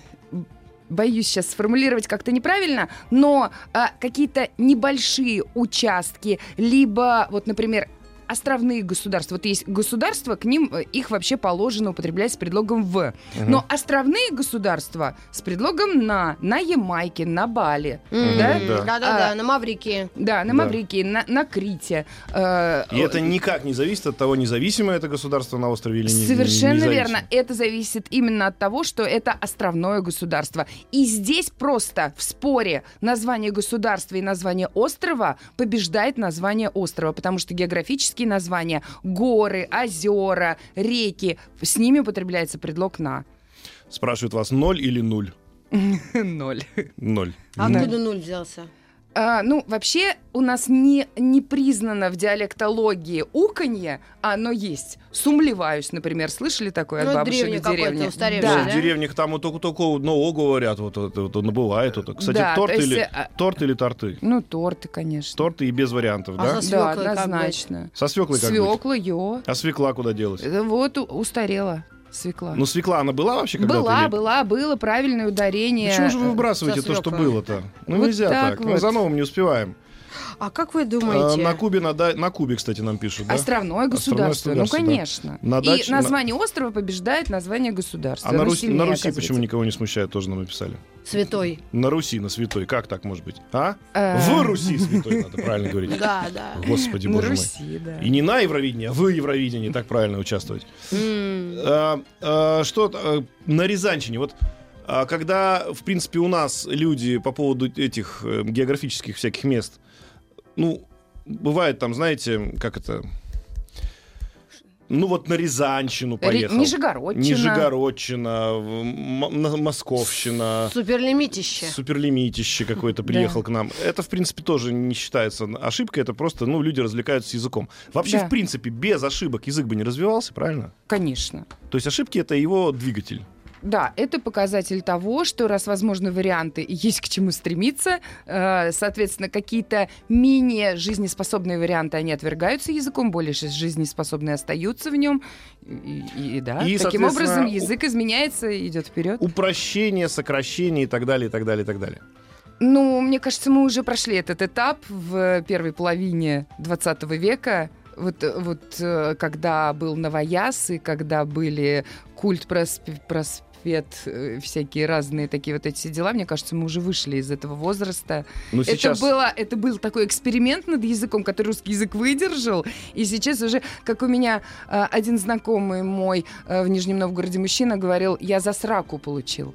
S1: боюсь сейчас сформулировать как-то неправильно, но а, какие-то небольшие участки, либо, вот, например, островные государства. Вот есть государства, к ним э, их вообще положено употреблять с предлогом «в».
S3: Мгм.
S1: А, Но островные государства с предлогом «на», на Ямайке, на Бали,
S2: Мгм.
S1: да?
S3: Да.
S2: Да-да-да,
S1: А.
S2: на Маврике.
S1: Да, на
S3: Да.
S1: Маврикии, на, на Крите. Э,
S3: И это никак не зависит от того, независимое это государство на острове или не не- не
S1: Совершенно
S3: независимо.
S1: верно. Это зависит именно от того, что это островное государство. И здесь просто в споре название государства и название острова побеждает название острова, потому что географические названия горы, озера, реки, с ними употребляется предлог на.
S3: Спрашивают вас ноль или нуль?
S1: Ноль.
S3: Ноль.
S2: А
S1: Да.
S2: Откуда нуль взялся?
S1: А, ну, вообще, у нас не, не признано в диалектологии уканье, а оно есть. Сумлеваюсь, например, слышали такое
S2: Ну,
S1: от бабушек
S2: древнее
S1: в
S2: какое-то,
S1: деревне?
S2: устаревшее,
S1: Да.
S3: Ну,
S2: да?
S3: в деревнях там вот только только одного говорят, вот, вот, вот, вот набывает. Вот. Кстати,
S1: Да,
S3: торт,
S1: то есть,
S3: или,
S1: э,
S3: торт или торты?
S1: Ну, торты, конечно.
S3: Торты и без вариантов,
S2: А
S3: да?
S2: со
S1: Да,
S2: с- свёклой как
S1: однозначно.
S3: Со свеклой как быть?
S1: Свекла, ё.
S3: А свекла куда делась?
S1: Э, Вот у- устарела свекла.
S3: Ну, свекла она была вообще когда-то?
S1: была,
S3: или-
S1: была, было правильное ударение.
S3: Почему же вы выбрасываете
S2: со
S3: то, что
S2: свеклой.
S3: было-то? Ну,
S1: Вот
S3: нельзя так.
S1: так
S3: Мы
S1: вот.
S3: за новым не успеем.
S2: А как вы
S3: А,
S2: думаете?
S3: на Кубе, надо- на Кубе, кстати, нам пишут,
S1: А
S3: да?
S1: Островное государство,
S3: государство, да.
S1: ну конечно.
S3: На
S1: И
S3: даче- на-
S1: название острова побеждает название государства.
S3: А на,
S1: Оно
S3: Руси,
S1: сильнее
S3: на Руси почему
S1: оказывается.
S3: никого не смущает, тоже нам написали.
S2: Святой.
S3: На Руси, на святой. Как так может быть? А?
S1: Э,
S3: В Руси святой, надо правильно говорить.
S2: Да, да.
S3: Господи,
S1: На
S3: боже мой.
S1: Руси, да.
S3: И не на Евровидении, а в Евровидении так правильно участвовать.
S2: М.
S3: А, а, Что э, на Рязанчине? Вот а, когда, в принципе, у нас люди по поводу этих э, географических всяких мест, ну, бывает там, знаете, как это... Ну вот на Рязанщину
S1: Ре-
S3: поехал.
S1: Нижегородчина.
S3: Нижегородчина, в- М- М- Московщина.
S2: Суперлимитище.
S3: Суперлимитище какое-то приехал к нам. Это, в принципе, тоже не считается ошибкой. Это просто, ну, люди развлекаются языком. Вообще,
S1: Да.
S3: в принципе, без ошибок язык бы не развивался, правильно?
S1: Конечно.
S3: То есть ошибки — это его двигатель.
S1: Да, это показатель того, что раз возможны варианты и есть к чему стремиться, э, соответственно, какие-то менее жизнеспособные варианты, они отвергаются языком, более же жизнеспособные остаются в нем. И, и- и да,
S3: И,
S1: таким
S3: соответственно,
S1: образом
S3: у-
S1: язык изменяется и идет вперед.
S3: Упрощение, сокращение и так далее, и так далее, и так далее.
S1: Ну, мне кажется, мы уже прошли этот этап в первой половине 20 века. Вот, вот э, когда был новояз и когда были культ просп- проспет, э, всякие разные такие вот эти все дела, мне кажется, мы уже вышли из этого возраста.
S3: Ну, сейчас...
S1: Это, было, это был такой эксперимент над языком, который русский язык выдержал. И сейчас уже, как у меня э, один знакомый мой э, в Нижнем Новгороде мужчина говорил, я за сраку получил.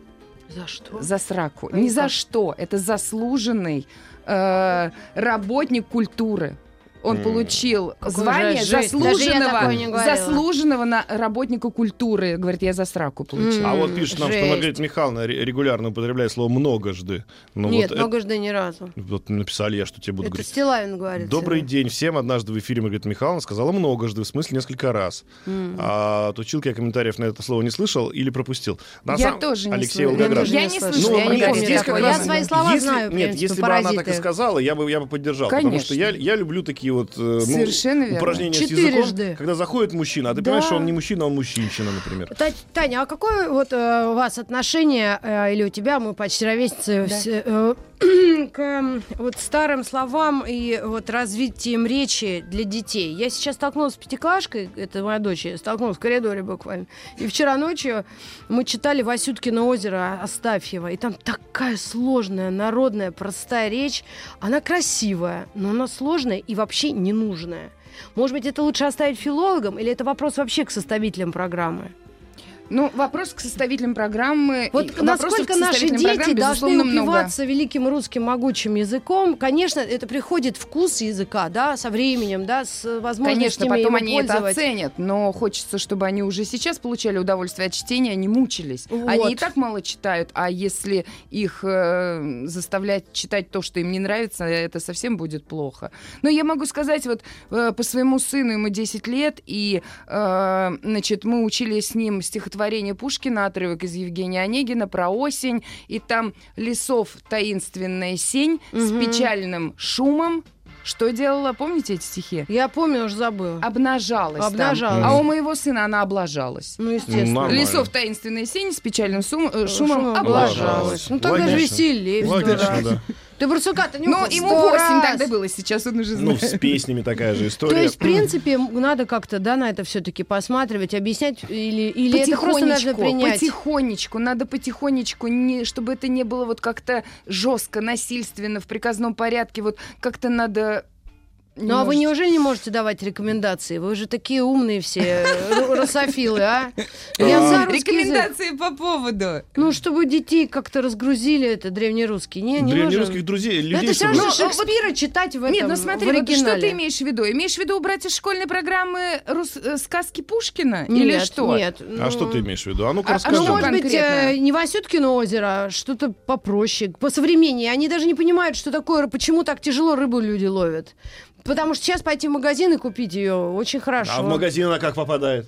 S2: За что?
S1: За сраку.
S2: А
S1: Не
S2: это
S1: за
S2: как?
S1: что. Это заслуженный э, работник культуры. Он
S3: М.
S1: получил
S2: Какую
S1: звание
S2: жесть. Даже я
S1: заслуженного,
S2: такое не говорила.
S1: заслуженного на работника культуры. Говорит, я за сраку получил.
S3: А
S2: М,
S3: вот пишет нам, что
S2: жесть.
S3: Маргарита Михайловна ре- регулярно употребляет слово «многожды». Ну,
S2: Нет,
S3: вот,
S2: много жды ни разу.
S3: это- вот написали я, что тебе буду
S2: Это
S3: говорить.
S2: Стилавин говорит.
S3: Добрый день всем. Однажды в эфире Маргарита Михайловна сказала многожды, в смысле несколько раз.
S2: М.
S3: А от училки я комментариев на это слово не слышал или пропустил. На
S1: Я
S3: сам-
S1: тоже не
S3: Алексей
S1: слышала.
S3: Волгоград.
S2: тоже
S1: Я
S2: не
S1: не
S2: слышала.
S1: слышала.
S2: Ну,
S1: я
S2: мне
S1: не говорила
S2: здесь как
S1: такое.
S2: раз-
S1: Я
S2: свои слова
S3: если,
S2: знаю, в
S3: Нет,
S2: принципе,
S3: если бы она так и
S2: паразиты.
S3: сказала, я бы, я бы поддержал. Потому
S1: Конечно.
S3: что я, я люблю такие вот э, ну,
S1: Совершенно верно.
S3: упражнения с
S2: Четырежды.
S3: языком, когда заходит мужчина, а ты
S1: Да.
S3: понимаешь, что он не мужчина, он мужчинщина, например.
S2: Та- Таня, а какое вот э, у вас отношение э, или у тебя, мы почти ровесницы,
S1: Да.
S2: все, э, к э, вот старым словам и вот развитием речи для детей? Я сейчас столкнулась с пятиклашкой, это моя дочь, я столкнулась в коридоре буквально. И вчера ночью мы читали «Васюткино озеро» Астафьева, и там такая сложная, народная, простая речь. Она красивая, но она сложная и вообще ненужная. Может быть, это лучше оставить филологам, или это вопрос вообще к составителям программы?
S1: Ну, вопрос к составителям программы.
S2: Вот
S1: И вопросов к
S2: насколько наши
S1: составителям программ,
S2: дети должны
S1: безусловно, много.
S2: упиваться великим русским могучим языком, конечно, это приходит вкус языка, да, со временем, да, с
S1: Конечно,
S2: возможностями
S1: потом
S2: его
S1: они это
S2: пользоваться.
S1: оценят, но хочется, чтобы они уже сейчас получали удовольствие от чтения, они мучились.
S2: Вот.
S1: Они и так мало читают, а если их э, заставлять читать то, что им не нравится, это совсем будет плохо. Но я могу сказать, вот э, по своему сыну ему 10 лет, и, э, значит, мы учили с ним стихотворение Пушкина, отрывок из Евгения Онегина про осень, и там лесов таинственная сень
S2: Мгм.
S1: с печальным шумом. Что делала, помните эти стихи?
S2: Я помню, уже забыла.
S1: А обнажалась. там.
S2: Обнажалась.
S1: А у моего сына она облажалась.
S2: Ну, естественно.
S3: Нормально.
S1: Лесов таинственной сени с печальным сум- э, шумом,
S2: Шумом
S1: облажалась.
S3: облажалась.
S2: Ну, так даже
S3: Логично.
S2: веселее. в сто
S3: Логично,
S2: раз.
S3: да.
S2: Ты барсука-то не
S1: Ну,
S2: укусишь.
S1: ему
S2: Сто
S1: 8
S2: раз.
S1: тогда было, сейчас он уже
S3: Ну,
S1: знает.
S3: с песнями такая же история.
S2: То есть, в принципе, м, надо как-то, да, на это все-таки посматривать, объяснять, или, или это просто нужно принять.
S1: потихонечку, надо потихонечку, не, чтобы это не было вот как-то жестко, насильственно, в приказном порядке, вот как-то надо...
S2: Ну а вы
S1: немножечко-
S2: неужели не можете давать рекомендации? Вы же такие умные все, ру- русофилы, а?
S3: А.
S2: Я за русский язык.
S1: Рекомендации по поводу.
S2: Ну, чтобы детей как-то разгрузили, это древнерусский. Не, не
S3: Древнерусских
S2: нужно.
S3: друзей,
S2: Ну,
S3: людей,
S2: Это все
S3: чтобы-
S1: же
S2: равно
S1: Ну,
S2: что
S1: а вот-
S2: Шекспира читать в этом,
S1: Нет, ну смотри,
S2: в
S1: вот что ты
S2: оригинале.
S1: имеешь в виду? Имеешь в виду убрать из школьной программы рус- э, сказки Пушкина? Или
S2: Нет,
S1: что?
S2: Нет,
S3: А что ты имеешь в виду? А ну-ка
S1: А- а
S3: расскажи.
S2: Ну,
S1: Скажи.
S2: может быть,
S1: Конкретно.
S2: э, не Васюткино озеро, а что-то попроще, по современнее. Они даже не понимают, что такое, ры- почему так тяжело рыбу люди ловят. Потому что сейчас пойти в магазин и купить ее очень хорошо.
S3: А в магазин она как попадает?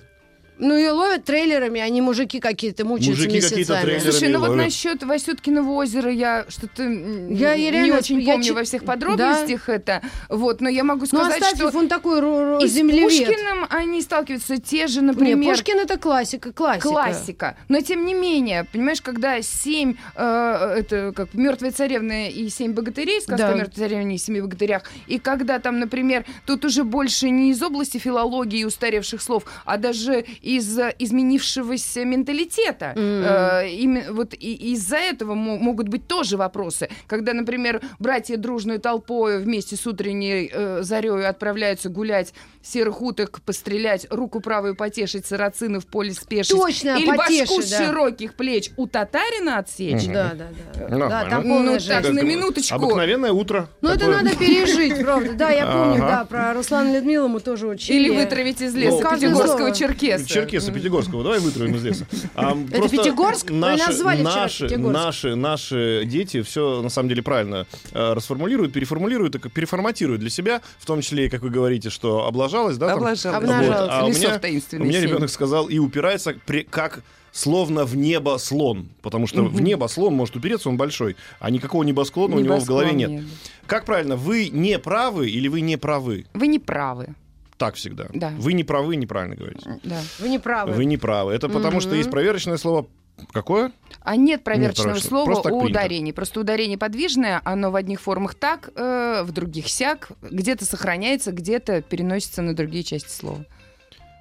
S2: Ну, ее ловят трейлерами,
S1: а
S2: они мужики какие-то мучаются
S3: Мужики какие-то
S2: месяцами.
S3: трейлеры.
S1: Слушай, ну вот
S3: Ловит.
S1: насчет Васюткиного озера я что-то м,
S2: Я и
S1: не
S2: реально
S1: очень
S2: сп- я
S1: помню
S2: чит-
S1: во всех подробностях это. Вот, но я могу
S2: Ну,
S1: сказать,
S2: Астафьев,
S1: что
S2: он такой ру- ру-
S1: и с
S2: землевед.
S1: Пушкиным они сталкиваются те же,
S2: Не,
S1: например,
S2: Пушкин это классика, классика.
S1: классика. Но тем не менее, понимаешь, когда семь, э, это как мертвая царевна и семь богатырей, сказка
S2: Да.
S1: о мертвой царевне и семи богатырях, и когда там, например, тут уже больше не из области филологии и устаревших слов, а даже из э, изменившегося менталитета.
S2: М.
S1: Э, ими- вот и- и из-за этого мо- могут быть тоже вопросы. Когда, например, братья дружной толпой вместе с утренней э, зарею отправляются гулять, серых уток пострелять, руку правую потешить, сарацины в поле спешить,
S2: Точно,
S1: или
S2: потеше,
S1: башку с
S2: да.
S1: широких плеч у татарина отсечь.
S3: Мгм.
S2: Да, да, да.
S3: Нормально.
S2: Да, там
S1: Ну,
S2: полная
S1: так,
S2: жесть.
S1: на минуточку.
S3: Обыкновенное утро.
S2: Ну, это
S3: Такое.
S2: надо пережить, правда. Да, я помню,
S3: Ага.
S2: да, про Руслана Людмилу мы тоже учили.
S1: Или вытравить из
S3: Ну,
S1: леса
S3: каждое
S1: пятигорского
S2: слово.
S1: черкеса.
S3: Черкеса Пятигорского, давай вытравим из леса. А, просто
S2: Пятигорск? Вы
S3: Наши,
S2: назвали вчера
S3: наши,
S2: Пятигорск.
S3: наши, наши дети все на самом деле правильно э, расформулируют, переформулируют, и как- переформатируют для себя, в том числе, и, как вы говорите, что облажалась, да? там?
S1: Обнажалась.
S2: Обнажалась.
S3: А у
S1: Лесов
S3: меня- У
S1: таинственный
S3: меня
S1: семь.
S3: ребенок сказал и упирается при- как словно в небо слон, потому что в небо слон может упереться, он большой, а никакого небосклона у него в голове
S1: Небосклон
S3: нет. Как правильно, вы не правы или вы не правы?
S1: Вы не правы.
S3: Так всегда.
S1: Да.
S3: Вы не правы, неправильно говорите.
S1: Да.
S2: Вы не правы.
S3: Вы не правы. Это потому, что
S2: Мгм.
S3: есть проверочное слово Какое?
S1: А нет проверочного
S3: проверочного.
S1: слова
S3: Просто так
S1: у
S3: принято.
S1: ударений. Просто ударение подвижное, оно в одних формах так, э, в других сяк, где-то сохраняется, где-то переносится на другие части слова.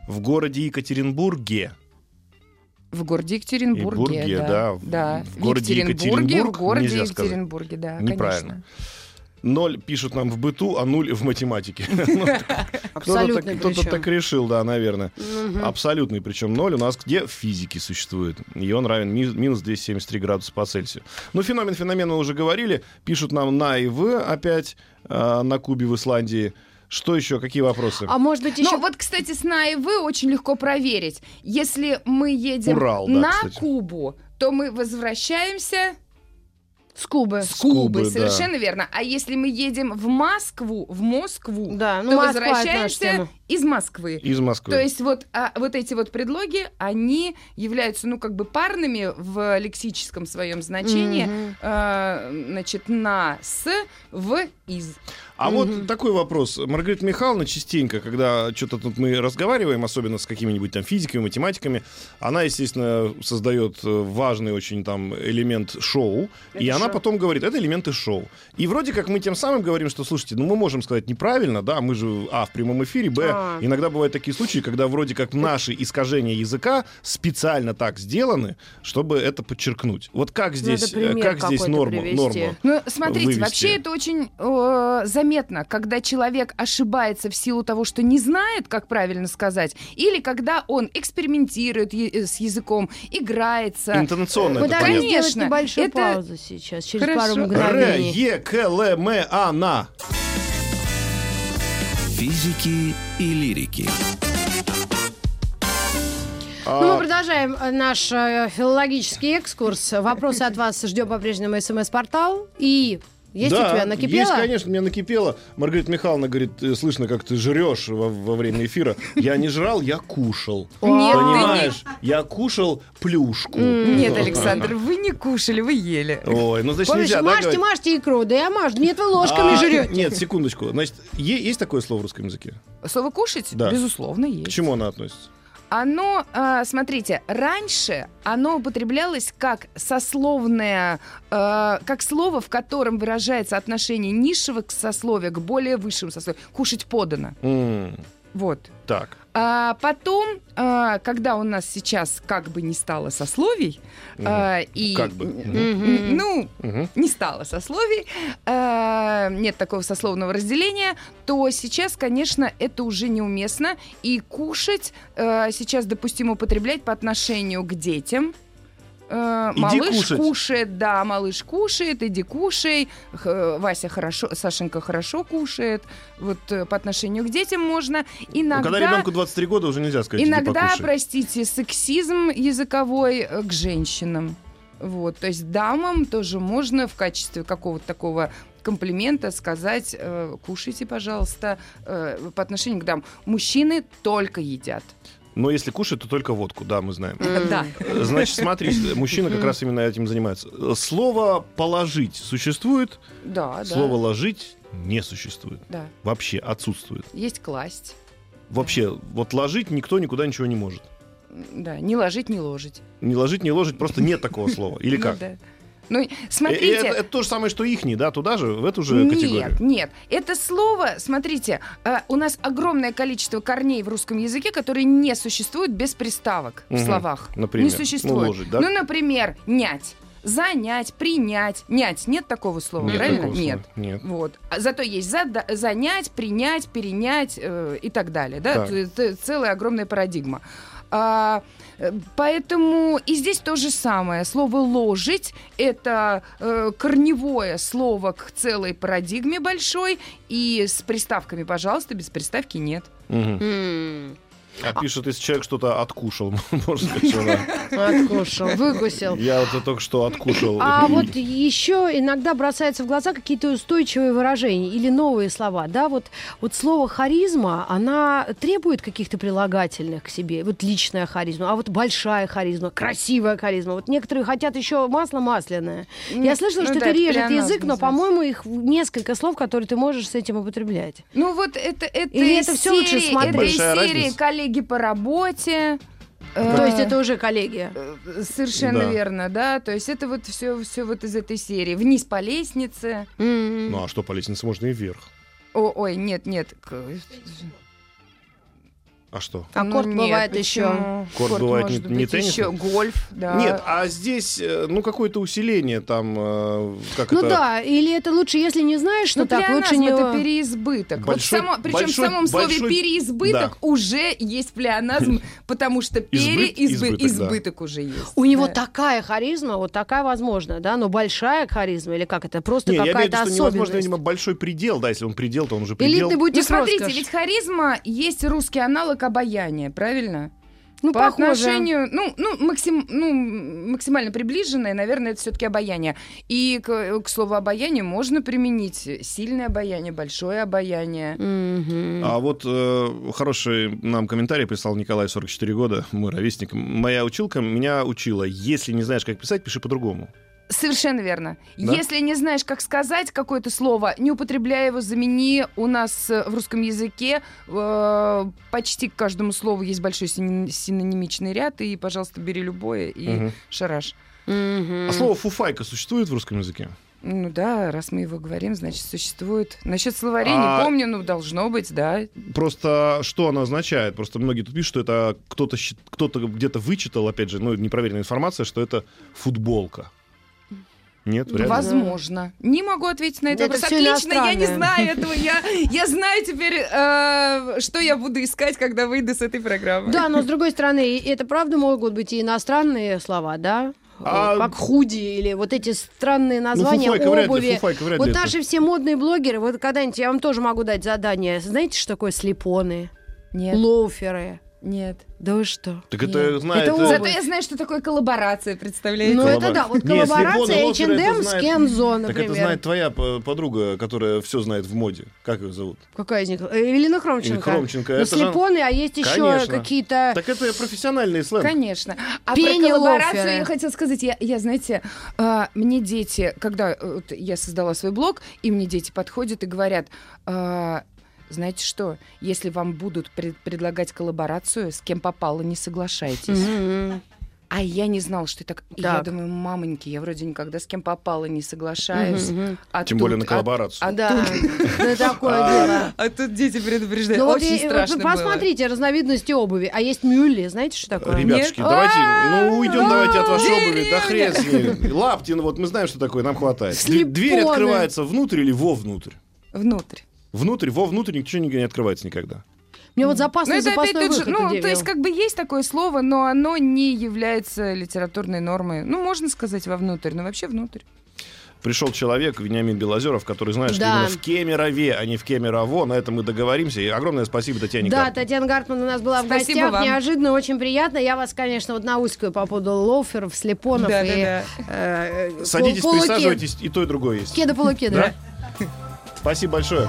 S3: В городе Екатеринбурге.
S1: В городе Екатеринбурге,
S3: И Бурге, да, в-
S1: да.
S3: в городе
S1: Екатеринбурге, в
S3: Екатеринбург
S1: городе
S3: нельзя сказать.
S1: Екатеринбурге, да,
S3: Неправильно. Ноль пишут нам в быту, а нуль в математике.
S2: А
S3: Кто-то
S2: Абсолютно
S3: так- кто-то
S2: причем.
S3: так решил, да, наверное.
S2: Мгм.
S3: А, Абсолютный, причем ноль у нас где в физике существует. И он равен ми- минус 273 градуса по Цельсию. Ну, феномен феномена уже говорили. Пишут нам на и в опять э, на Кубе в Исландии. Что еще? Какие вопросы?
S2: А может быть, еще
S1: Ну вот, кстати, с на и вы очень легко проверить. Если мы едем
S3: Урал, да,
S1: на
S3: кстати.
S1: Кубу, то мы возвращаемся
S2: с Кубы.
S1: с
S3: Кубы,
S1: Кубы,
S3: да.
S1: совершенно верно. А если мы едем в Москву, в Москву,
S2: Да, ну
S1: то
S2: Москва, это наша
S1: возвращаемся
S2: тема.
S1: из Москвы.
S3: Из Москвы.
S1: То есть вот, а, вот эти вот предлоги, они являются, ну, как бы парными в лексическом своем значении.
S2: Мгм.
S1: А, значит, на, с, в, из.
S3: А
S2: Мгм.
S3: вот такой вопрос. Маргарита Михайловна частенько, когда что-то тут мы разговариваем, особенно с какими-нибудь там физиками, математиками, она, естественно, создает э, важный очень там элемент шоу,
S1: Это
S3: и она
S1: шоу.
S3: потом говорит, это элементы шоу. И вроде как мы тем самым говорим, что, слушайте, ну мы можем сказать неправильно, да, мы же, а, в прямом эфире, б,
S2: А.
S3: иногда бывают такие случаи, когда вроде как наши искажения языка специально так сделаны, чтобы это подчеркнуть. Вот как здесь, э,
S2: пример
S3: как здесь
S2: какой-то
S3: норма,
S2: привести.
S3: норма?
S1: Ну, смотрите,
S3: вывести.
S1: вообще это очень э, заметно, когда человек ошибается в силу того, что не знает, как правильно сказать, или когда он экспериментирует е- э, с языком, играется.
S3: Интонационно
S2: Мы
S3: это
S2: должны
S3: понятно.
S2: сделать
S1: Конечно,
S2: небольшую
S1: это-
S2: паузу сейчас, через
S1: Хорошо.
S2: пару
S3: Р,
S2: мгновений.
S3: Е, К, Л, М, А, на.
S4: Физики и лирики.
S2: Ну, мы
S3: А,
S2: продолжаем э, наш э, филологический экскурс. Вопросы от вас ждем по-прежнему СМС-портал. И есть
S3: да,
S2: у тебя накипело?
S3: Есть, конечно, мне накипело. Маргарита Михайловна говорит, э, слышно, как ты жрешь во, во время эфира. Я не жрал, я кушал.
S1: Нет, ты не-
S3: Понимаешь? Я кушал плюшку.
S1: Нет, Александр, вы не кушали, вы ели.
S3: Ой, ну значит
S2: Помнишь,
S3: нельзя, да,
S2: мажьте,
S3: говорить?
S2: мажьте икру. Да я мажу. Нет, вы ложками
S3: А,
S2: жрете.
S3: Нет, секундочку. Значит, е- есть такое слово в русском языке?
S1: Слово кушать,
S3: Да.
S1: безусловно, есть.
S3: К чему оно относится?
S1: Оно, э, смотрите, раньше оно употреблялось как сословное, э, как слово, в котором выражается отношение низшего к сословию к более высшему сословию. Кушать подано.
S3: М,
S1: Вот.
S3: Так.
S1: А потом, э, когда у нас сейчас как бы не стало сословий, э, и
S3: А Как бы. Мгм.
S2: Мгм.
S1: Н- ну,
S3: Мгм.
S1: не стало сословий, э, нет такого сословного разделения, то сейчас, конечно, это уже неуместно. И кушать э, сейчас допустимо употреблять по отношению к детям. Э,
S3: Иди
S1: малыш
S3: кушать.
S1: кушает, да, малыш кушает, иди кушай. Х- Вася хорошо, Сашенька хорошо кушает. Вот э, по отношению к детям можно.
S3: Ну,
S1: Иногда,
S3: Когда ребенку 23 года, уже нельзя сказать, иди
S1: иногда
S3: покушай.
S1: простите, сексизм языковой э, к женщинам. Вот, то есть дамам тоже можно в качестве какого-то такого комплимента сказать, э, кушайте, пожалуйста, э, по отношению к дамам. Мужчины только едят.
S3: Но если кушать, то только водку, да, мы знаем.
S2: М.
S1: Да.
S3: Значит, смотри, мужчина как раз именно этим занимается. Слово «положить» существует,
S1: Да, да.
S3: слово «ложить» не существует.
S1: Да.
S3: Вообще отсутствует.
S1: Есть класть.
S3: Вообще, вот ложить никто никуда ничего не может.
S1: М, Да, не ложить, не ложить.
S3: Не ложить, не ложить, просто нет такого слова. Или
S1: Ну
S3: как?
S1: да. Ну,
S3: Э, э, Это,
S1: смотрите,
S3: это то же самое, что ихний, да, туда же, в эту же категорию.
S1: нет, нет. Это слово, смотрите, э, у нас огромное количество корней в русском языке, которые не существуют без приставок в
S3: Мгм.
S1: словах.
S3: Например,
S1: Не
S3: ну,
S1: существует.
S3: ложить, да?
S1: Ну, например, нять. Занять, принять. Нять. Нет такого слова,
S3: Нет
S1: правильно?
S3: такого слова.
S1: Нет.
S3: Нет.
S1: Вот. А Зато есть зада- занять, принять, перенять э, и так далее. Да?
S3: Так.
S1: Т- т- Целая огромная парадигма. А, э, поэтому и здесь то же самое. Слово ложить это э, корневое слово к целой парадигме большой. И с приставками, пожалуйста, без приставки нет.
S3: Мгм.
S2: М.
S3: А пишет, если человек что-то откушал, можно сказать, что да.
S2: Откушал, выкусил.
S3: Я вот это только что откушал.
S2: А вот еще иногда бросаются в глаза какие-то устойчивые выражения или новые слова, да, вот, вот слово харизма, она требует каких-то прилагательных к себе, вот личная харизма, а вот большая харизма, красивая харизма, вот некоторые хотят еще масло масляное. Я слышала,
S1: Ну
S2: что
S1: да,
S2: это режет
S1: пеленазм
S2: язык, но,
S1: называется.
S2: по-моему, их несколько слов, которые ты можешь с этим употреблять.
S1: Ну вот это, это
S2: Или
S1: из
S2: это всё лучше
S1: серии-
S2: смотреть?
S1: это из
S3: Большая
S1: серии
S3: разница.
S1: коллеги по работе. Э,
S2: То есть это уже коллегия.
S1: э, Совершенно
S3: Да.
S1: верно, да. То есть это вот все, все вот из этой серии. Вниз по лестнице.
S2: М.
S3: Ну а что, по лестнице можно и вверх.
S1: О, ой, нет, нет. к-
S3: А что?
S2: Аккорд
S1: Ну, нет,
S2: бывает
S1: почему?
S2: еще.
S3: Корт бывает
S1: может
S3: не- не
S1: быть, еще гольф, да.
S3: Нет, а здесь, э, ну, какое-то усиление там, э, как
S2: Ну
S3: это...
S2: да, или это лучше, если не знаешь, что
S1: Ну,
S2: так,
S1: для
S2: лучше
S1: нас
S2: не...
S1: это переизбыток.
S3: Большой-
S1: вот само, причем
S3: большой-
S1: в самом слове
S3: большой-
S1: переизбыток уже есть плеоназм, потому что переизбыток
S3: избыток, да.
S1: уже есть.
S2: У него
S1: Да.
S2: такая харизма, вот такая возможно, да, но большая харизма, или как это, просто
S3: Не, я имею в виду,
S2: какая-то
S3: что невозможно,
S2: особенность.
S3: видимо, большой предел, да, если он предел, то он уже предел.
S2: Элитный будет
S1: Ну, смотрите, ведь харизма есть русский аналог обаяния, правильно?
S2: ну,
S1: По
S2: похоже.
S1: отношению, ну, ну, максим, ну, м, максимально приближенное, наверное, это все-таки обаяние. И к, к слову обаянию можно применить сильное обаяние, большое обаяние.
S2: Мгм.
S3: А вот э, хороший нам комментарий прислал Николай, 44 года, мой ровесник. Моя училка меня учила, если не знаешь, как писать, пиши по-другому.
S1: Совершенно верно.
S3: Да?
S1: Если не знаешь, как сказать какое-то слово, не употребляя его, замени. У нас э, в русском языке э, почти к каждому слову есть большой син- синонимичный ряд, и, пожалуйста, бери любое и
S3: Мгм.
S1: шараш.
S2: Мгм.
S3: А слово «фуфайка» существует в русском языке?
S1: Ну да, раз мы его говорим, значит, существует. Насчет словарей не
S3: А-
S1: помню, но должно быть, да.
S3: Просто что оно означает? Просто многие тут пишут, что это кто-то щи- кто-то где-то вычитал, опять же, ну, непроверенная информация, что это футболка. Нет, вряд ли.
S2: Воз-
S1: Возможно. Не могу ответить на этот
S2: Это
S1: вопрос.
S2: всё
S1: Отлично, я не
S2: иностранное.
S1: знаю этого. Я, я знаю теперь, э, что я буду искать, когда выйду с этой программы.
S2: Да, но с другой стороны, и это правда могут быть и иностранные слова, да?
S3: А-
S2: Э, Как худи или вот эти странные
S3: Ну,
S2: названия
S3: фуфайка вряд ли,
S2: обуви.
S3: фуфайка вряд
S2: Вот
S3: ли это.
S2: наши все модные блогеры, вот когда-нибудь я вам тоже могу дать задание. Знаете, что такое слепоны,
S1: Нет,
S2: лоуферы?
S1: нет.
S2: Да вы что?
S3: Так
S1: Нет.
S3: А, это, э, знаете...
S2: Это
S1: Зато
S2: обувь.
S1: я знаю, что такое коллаборация, представляете?
S2: Ну
S3: коллабора-
S2: это да, вот
S3: Не, слепоны,
S2: коллаборация
S3: лоуферы, это
S2: H&M с
S3: знает-
S2: Кензо,
S3: Так это
S2: например.
S3: знает твоя п- подруга, которая все знает в моде. Как ее зовут?
S2: Какая из них? Э, Элина Хромченко.
S3: Или Хромченко.
S2: Ну,
S3: Это же-
S2: слепоны, а есть еще
S3: Конечно.
S2: какие-то...
S3: Так это профессиональный сленг.
S1: Конечно. А
S2: Пение
S1: про коллаборацию
S2: лофера.
S1: я хотела сказать. Я, я знаете, а, мне дети, когда э, вот я создала свой блог, и мне дети подходят и говорят, а, знаете что, если вам будут пред- предлагать коллаборацию, с кем попало, не соглашайтесь.
S2: Мгм.
S1: А я не знала, что так. И я
S2: Так.
S1: думаю, мамоньки, я вроде никогда с кем попало не соглашаюсь.
S2: Мгм.
S1: А
S3: Тем
S1: тут-
S3: более на
S1: а-
S3: коллаборацию.
S1: А, да.
S2: Да, ну, такое дело.
S1: А тут дети предупреждают.
S2: Ну вот
S1: Очень
S2: и- вот
S1: страшно
S2: вы
S1: было.
S2: посмотрите разновидности обуви. А есть мюлли, знаете, что такое?
S3: Ребятушки,
S1: Нет?
S3: давайте, ну, уйдем
S1: А,
S3: давайте от вашей
S1: деревня.
S3: обуви, да хрен с ней. Лаптин, вот мы знаем, что такое, нам хватает. Дв-
S2: Слепоны.
S3: Дверь открывается внутрь или вовнутрь?
S1: Внутрь.
S3: Внутрь, вовнутрь ничего не не открывается никогда.
S2: Мне вот запасный
S1: Ну, это опять
S2: запасной
S1: тот же-
S2: выход
S1: ну,
S2: удивил.
S1: то есть, как бы есть такое слово, но оно не является литературной нормой. Ну, можно сказать вовнутрь, но вообще внутрь.
S3: Пришел человек, Вениамин Белозеров, который знает, что
S2: Да.
S3: именно в Кемерове, а не в Кемерово. На этом мы договоримся. И огромное спасибо Татьяне
S2: Да,
S3: Карповой.
S2: Татьяна Гартман у нас была в
S1: Спасибо
S2: гостях.
S1: вам.
S2: Неожиданно, очень приятно. Я вас, конечно, вот наускаю по поводу лоферов, слепонов
S1: Да,
S2: и...
S1: да,
S2: э, э,
S3: Садитесь,
S2: полукед-
S3: присаживайтесь, и то, и другое есть.
S2: Кеда-полукеда.
S3: Да? Спасибо большое.